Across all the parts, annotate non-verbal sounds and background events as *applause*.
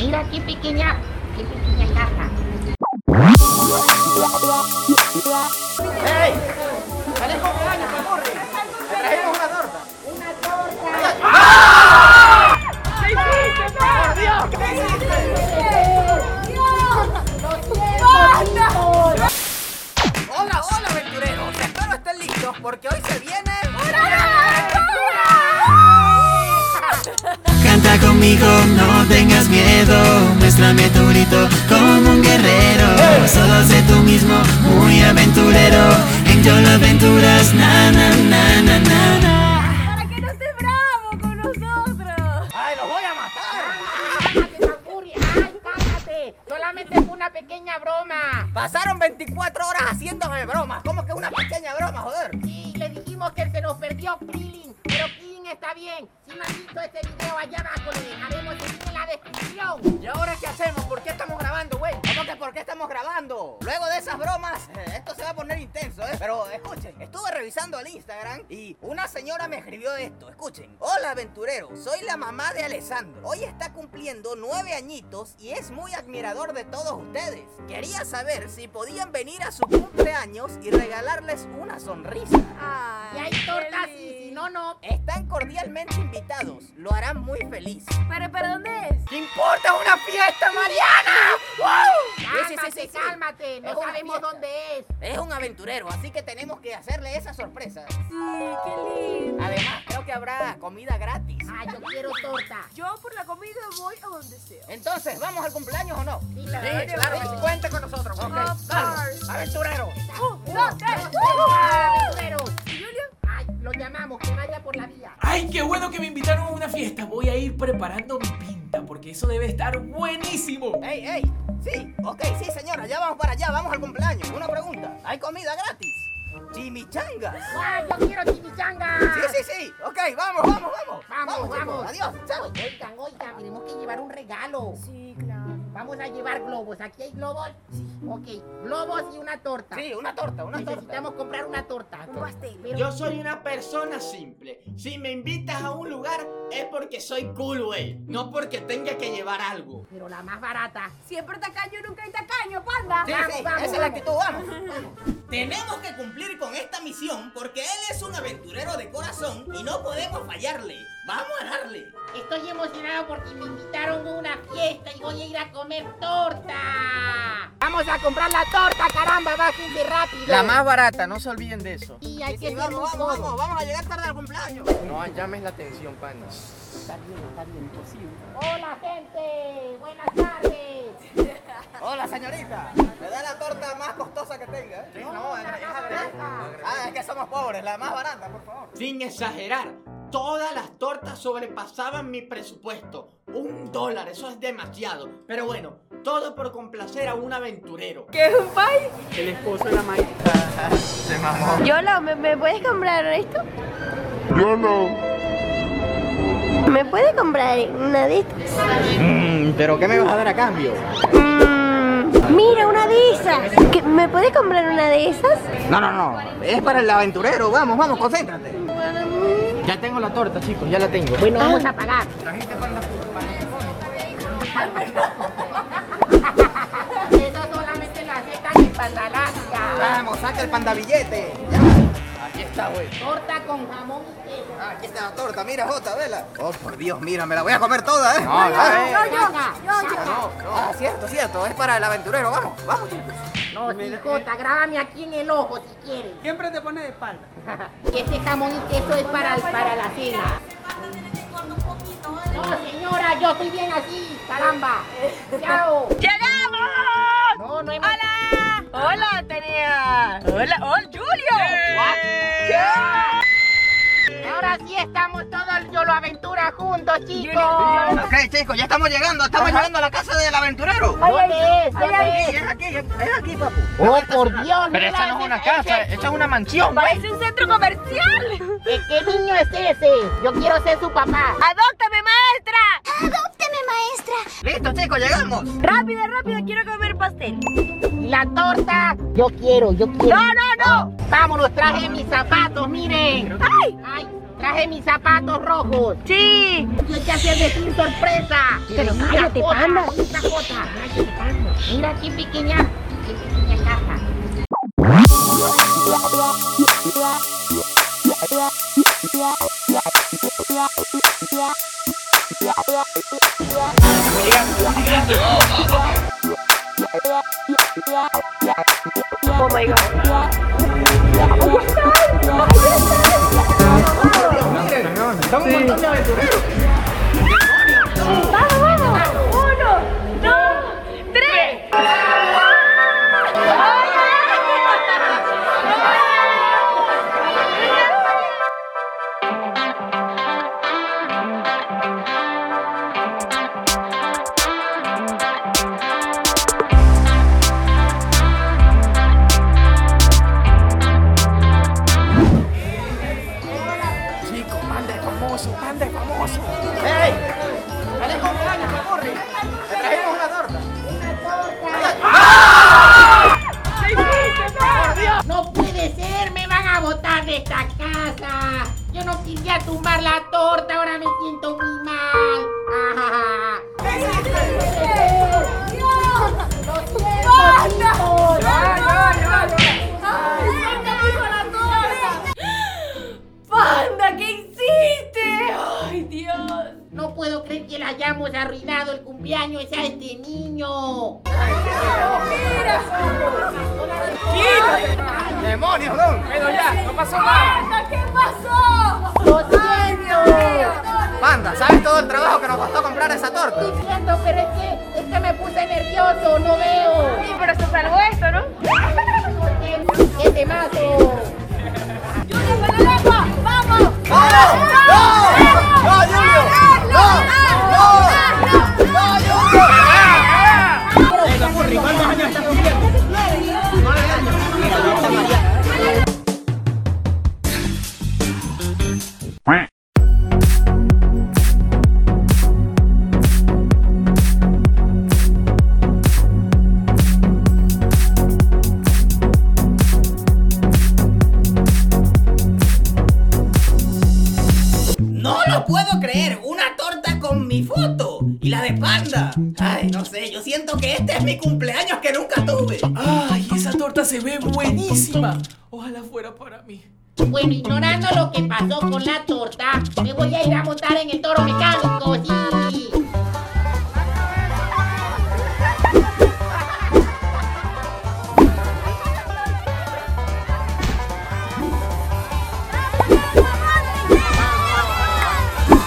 Mira qué pequeña, qué pequeña caja. ¡Ey! ¡Feliz cumpleaños, Capurri! ¡Te trajimos una torta! ¡Una torta! ¡Ah! ¡Qué hiciste, ¡Por Dios! ¿Qué hiciste? Hola, hola, aventureros. Espero estén listos porque hoy se viene. Canta conmigo, no tengas miedo. Muéstrame tu grito como un guerrero. Solo sé tú mismo, muy aventurero. En Yolo Aventuras, na na na na na na. Para que no esté bravo con nosotros. ¡Ay, los voy a matar! Cálmate, Capurri. Ay, cálmate. Solamente fue una pequeña broma. Pasaron 24 horas haciéndome bromas. ¿Cómo que una pequeña broma, joder? Sí, le dijimos que se nos perdió Krillin, pero Krillin está bien. Si no han visto este video allá abajo, le dejaremos el link en la descripción. ¿Y ahora qué hacemos? ¿Por qué estamos grabando, güey? ¿Cómo que por qué estamos grabando? Luego de esas bromas, *laughs* eh, esto se va a poner intenso, ¿eh? Pero escuchen, estuve revisando el Instagram y una señora me escribió esto. Escuchen. Hola, aventurero. Soy la mamá de Alessandro. Hoy está cumpliendo nueve añitos y es muy admirador de todos ustedes. Quería saber si podían venir a su cumpleaños y regalarles una sonrisa. Y hay tortas y si no, no. Están cordialmente invitados. Lo harán muy feliz. Pero, ¿para dónde es? ¿Qué importa? ¡Es una fiesta, Mariana! ¡Wow! Cálmate, calma. cálmate. No Es una sabemos fiesta. dónde es. Es un aventurero, así que tenemos que hacerle esa sorpresa. Sí, qué lindo. Además, creo que habrá comida gratis. Ay, yo quiero torta. Yo por la comida voy a donde sea. Entonces, ¿vamos al cumpleaños o no? Sí, claro. que sí. Cuente con nosotros. Ok, Of dale. course. Aventurero. ¡Un, Uh, dos, tres! Uh, Ah, aventurero. ¿Y Julio? Ay, lo llamamos, que vaya por la vía. ¡Ay, qué bueno que me invitaron a una fiesta! Voy a ir preparando mi pinta porque eso debe estar buenísimo. ¡Ey, ey! Sí, ok, sí, señora, ya vamos para allá, vamos al cumpleaños. Una pregunta: ¿hay comida gratis? ¡Chimichangas! Ay, yo quiero chimichanga. Sí, sí, sí. Ok, vamos, vamos, vamos. Vamos, chicos. vamos. Adiós, chao. Oigan, oigan, tenemos que llevar un regalo. Sí, claro. Vamos a llevar globos. ¿Aquí hay globos? Ok, globos y una torta. Sí, una torta, una torta. Necesitamos comprar una torta. Un pastel. Pero- Yo soy una persona simple. Si me invitas a un lugar es porque soy cool, güey. No porque tenga que llevar algo. Pero la más barata. Siempre tacaño, nunca hay tacaño, panda. Sí, Vamos, sí, vamos, esa es la vamos. actitud, vamos. Tenemos que cumplir con esta misión porque él es un aventurero de corazón y no podemos fallarle. Vamos a darle. Estoy emocionado porque me invitaron a una fiesta y voy a ir a comer torta. Vamos a comprar la torta, caramba, bájense rápido. La más barata, no se olviden de eso. Y hay Sí, que sí, hacer vamos, un vamos, coro. vamos, vamos a llegar tarde al cumpleaños. No llames la atención, pana. Hola, gente. Buenas tardes. Hola, señorita. Me da la torta más costosa que tenga. ¿eh? No, la más barata. Ah, es que somos pobres, la más barata, por favor. Sin exagerar, todas las tortas sobrepasaban mi presupuesto. Un dólar, eso es demasiado. Pero bueno, todo por complacer a un aventurero. ¿Qué es un país? El esposo de la maestra. *laughs* Se mamó. Yola, ¿me, ¿me puedes comprar esto? Yola. ¿Me puedes comprar una de estas? ¿Pero qué me vas a dar a cambio? Mm, mira, una de esas. ¿Que- ¿Me puedes comprar una de esas? No, no, no. Es para el aventurero. Vamos, vamos, concéntrate. Mm, Ya tengo la torta, chicos, ya la tengo. Bueno, vamos a pagar. Eso solamente lo aceptan en Pandalasca. Vamos, saca el pandabillete. Aquí está, güey. Torta con jamón y queso. Ah, aquí está la torta, mira, Jota, vela. Oh, por Dios, mira, me la voy a comer toda, ¿eh? No, no, Ah, Yo, yo, Saca, yo, yo. saca. Ah, cierto, cierto, es para el aventurero, vamos, vamos. No, Cicota, Oh, grábame aquí en el ojo si quieres. eh. Siempre te pone de espalda. Que *laughs* este jamón y queso es para, para la cena. No, señora, yo estoy bien así, caramba. Chao. *laughs* ¡Llegamos! No, no hemos... ¡Hola! ¡Hola, Tania! ¡Hola! oh, ¡Hola, Julio! Ahora sí estamos todos yo lo aventura juntos, chicos. Ok, chicos, ya estamos llegando, estamos llegando a la casa del aventurero. ¿Dónde es? ¿Dónde es? Sí, es aquí, es aquí, papu. Oh, por Dios. Pero mira, esta no ese- es una casa, ese- esta es una mansión. ¡Parece un centro comercial! ¿Qué, qué niño es ese? Yo quiero ser su papá. ¡Adóptame, maestra! Adópteme, maestra. Listo, chicos, llegamos. ¡Rápido, rápido! ¡Quiero comer pastel! ¿Y la torta? Yo quiero, yo quiero. ¡No, no, no! Vámonos, traje mis zapatos, miren. ¡Ay! Ay, Traje mis zapatos rojos. Sí. Yo te hacía decir sorpresa. Pero cállate, Mira, panda. Jota, Mira, Jota, cállate, panda. Mira aquí, pequeña. Qué pequeña casa. Vamos, vamos. Uno, dos, tres. ¡Ey! ¡Dale con ganas, me aburre! ¡Te trajimos una torta! No puede ser, me van a botar de esta casa. Yo no quería tumbar la torta, ahora me siento muy mal. Ah, Ajá. Panda, ¿qué hiciste? ¡Ay, Dios! No puedo creer que le hayamos arruinado el cumpleaños a este niño. ¡Demonios, don! ¿Qué pasó? Lo siento. Panda, ¿sabes todo el trabajo que nos costó comprar esa torta? Lo siento, pero es que, es que me puse nervioso, no veo. Sí, pero se salvó esto, ¿no? *laughs* ¡Qué temazo! ¡Vamos! ¡No! ¡No! ¡No, Julio! ¡No! ¡No! ¡No, Julio! No lo puedo creer, una torta con mi foto y la de panda. Ay, no sé, yo siento que este es mi cumpleaños que nunca tuve. ¡Ay, esa torta se ve buenísima! Ojalá fuera para mí. Bueno, ignorando lo que pasó con la torta, me voy a ir a montar en el toro mecánico, sí.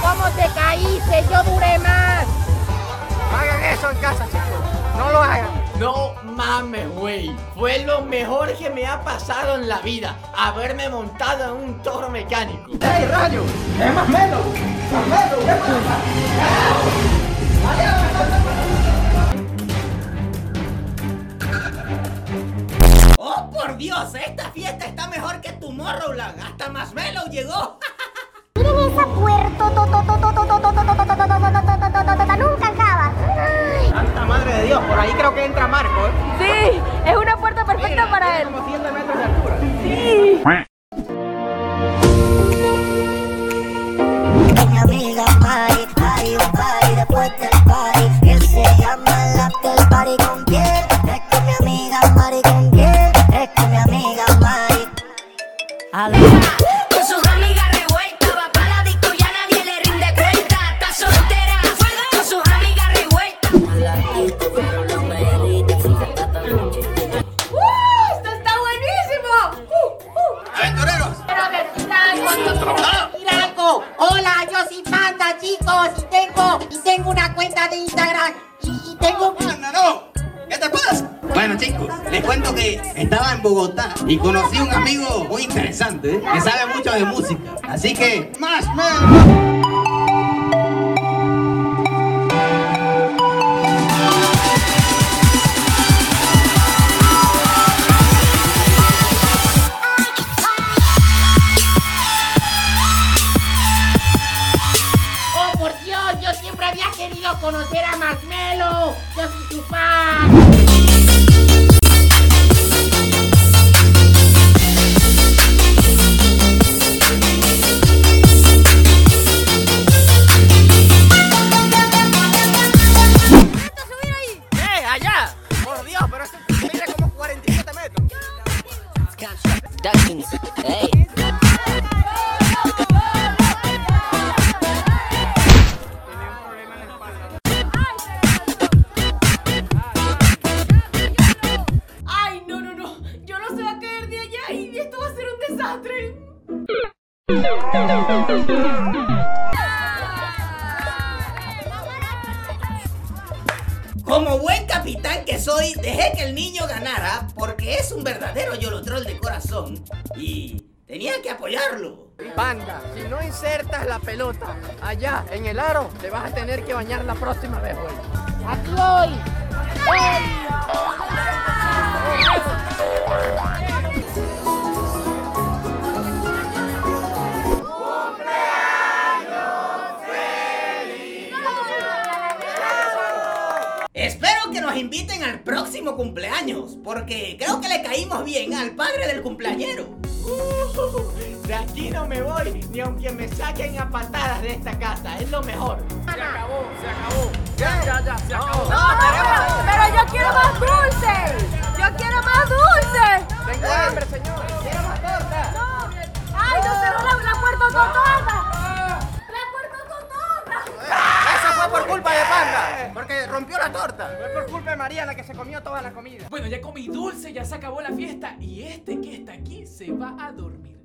¿Cómo te caíste? Yo duré más. No hagan eso en casa, chicos. No lo hagan. No mames, güey. Fue lo mejor que me ha pasado en la vida, haberme montado en un toro mecánico. ¡Ey, rayo! ¡Es más menos! ¡Más menos! ¡Es más ¡Oh, por Dios! Esta fiesta está mejor que tu Tomorrowland. Hasta Marshmallow llegó. Miren esa puerto, to, to, to, to, to, to, to, to, to, to, to, to, to, to, to, to, to, to, nunca acaba. Ay, ¡Santa madre de Dios! Por ahí creo que entra Marco, ¿eh? Sí, es una puerta perfecta para él. Como 100 metros de altura. mi amiga Mari, hay un party después del party que se llama el after party con quién, es con mi amiga Mari, con quién, es con mi amiga Mari. Con sus amigas revueltas, va para la disco y a nadie le rinde cuenta. Está soltera, con sus amigas revueltas. ¡Uh! ¡Esto está buenísimo! ¡Aventureros! Pero algo. Hola, yo soy Panda, chicos, y tengo, y tengo una cuenta de Instagram, y, y tengo... ¡Panda, no! ¿Qué te pasa? Bueno chicos, les cuento que estaba en Bogotá y conocí un amigo muy interesante ¿eh? que sabe mucho de música. Así que, más, más. ¡Oh, por Dios! Yo siempre había querido conocer a Marshmello. Yo soy su fan. Como buen capitán que soy, dejé que el niño ganara porque es un verdadero yolotrol de corazón y tenía que apoyarlo. Banda, si no insertas la pelota allá en el aro, te vas a tener que bañar la próxima vez, güey. Aquí voy. Espero que nos inviten al próximo cumpleaños porque creo que le caímos bien al padre del cumpleañero. De aquí no me voy, ni aunque me saquen a patadas de esta casa, es lo mejor. Se acabó, se acabó. Ya, ya, ya, se acabó. No, pero, pero yo quiero más dulces. Yo quiero más dulces. Ah. Tengo hambre, señor. Quiero más torta. Ay, no cerró la, la puerta con torta. La puerta con torta. Esa fue por culpa de Panda, porque rompió la torta. Fue por culpa de María la que se comió toda la comida. Bueno, ya comí dulce, ya se acabó la fiesta y este que está aquí se va a dormir.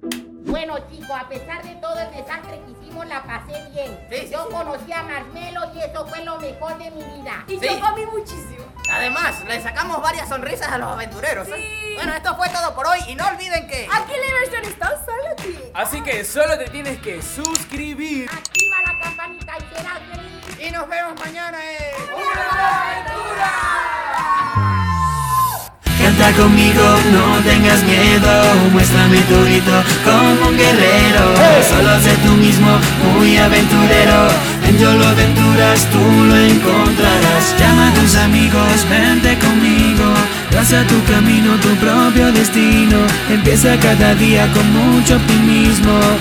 Bueno, chicos, a pesar de todo el desastre que hicimos, la pasé bien. Sí, sí, Yo sí. conocí a Marmelo y eso fue lo mejor de mi vida. Y Sí. yo comí muchísimo. Además, le sacamos varias sonrisas a los aventureros. ¿eh? Sí. Bueno, esto fue todo por hoy y no olviden que... Aquí la versión está solo aquí. Así que solo te tienes que suscribir. Activa la campanita y serás feliz. Y nos vemos mañana en... Canta conmigo, no tengas miedo, muéstrame tu grito como un guerrero. Solo sé tú mismo, muy aventurero. En Yo lo aventuras, tú lo encontrarás. Llama a tus amigos, vente conmigo. Traza tu camino, tu propio destino. Empieza cada día con mucho optimismo.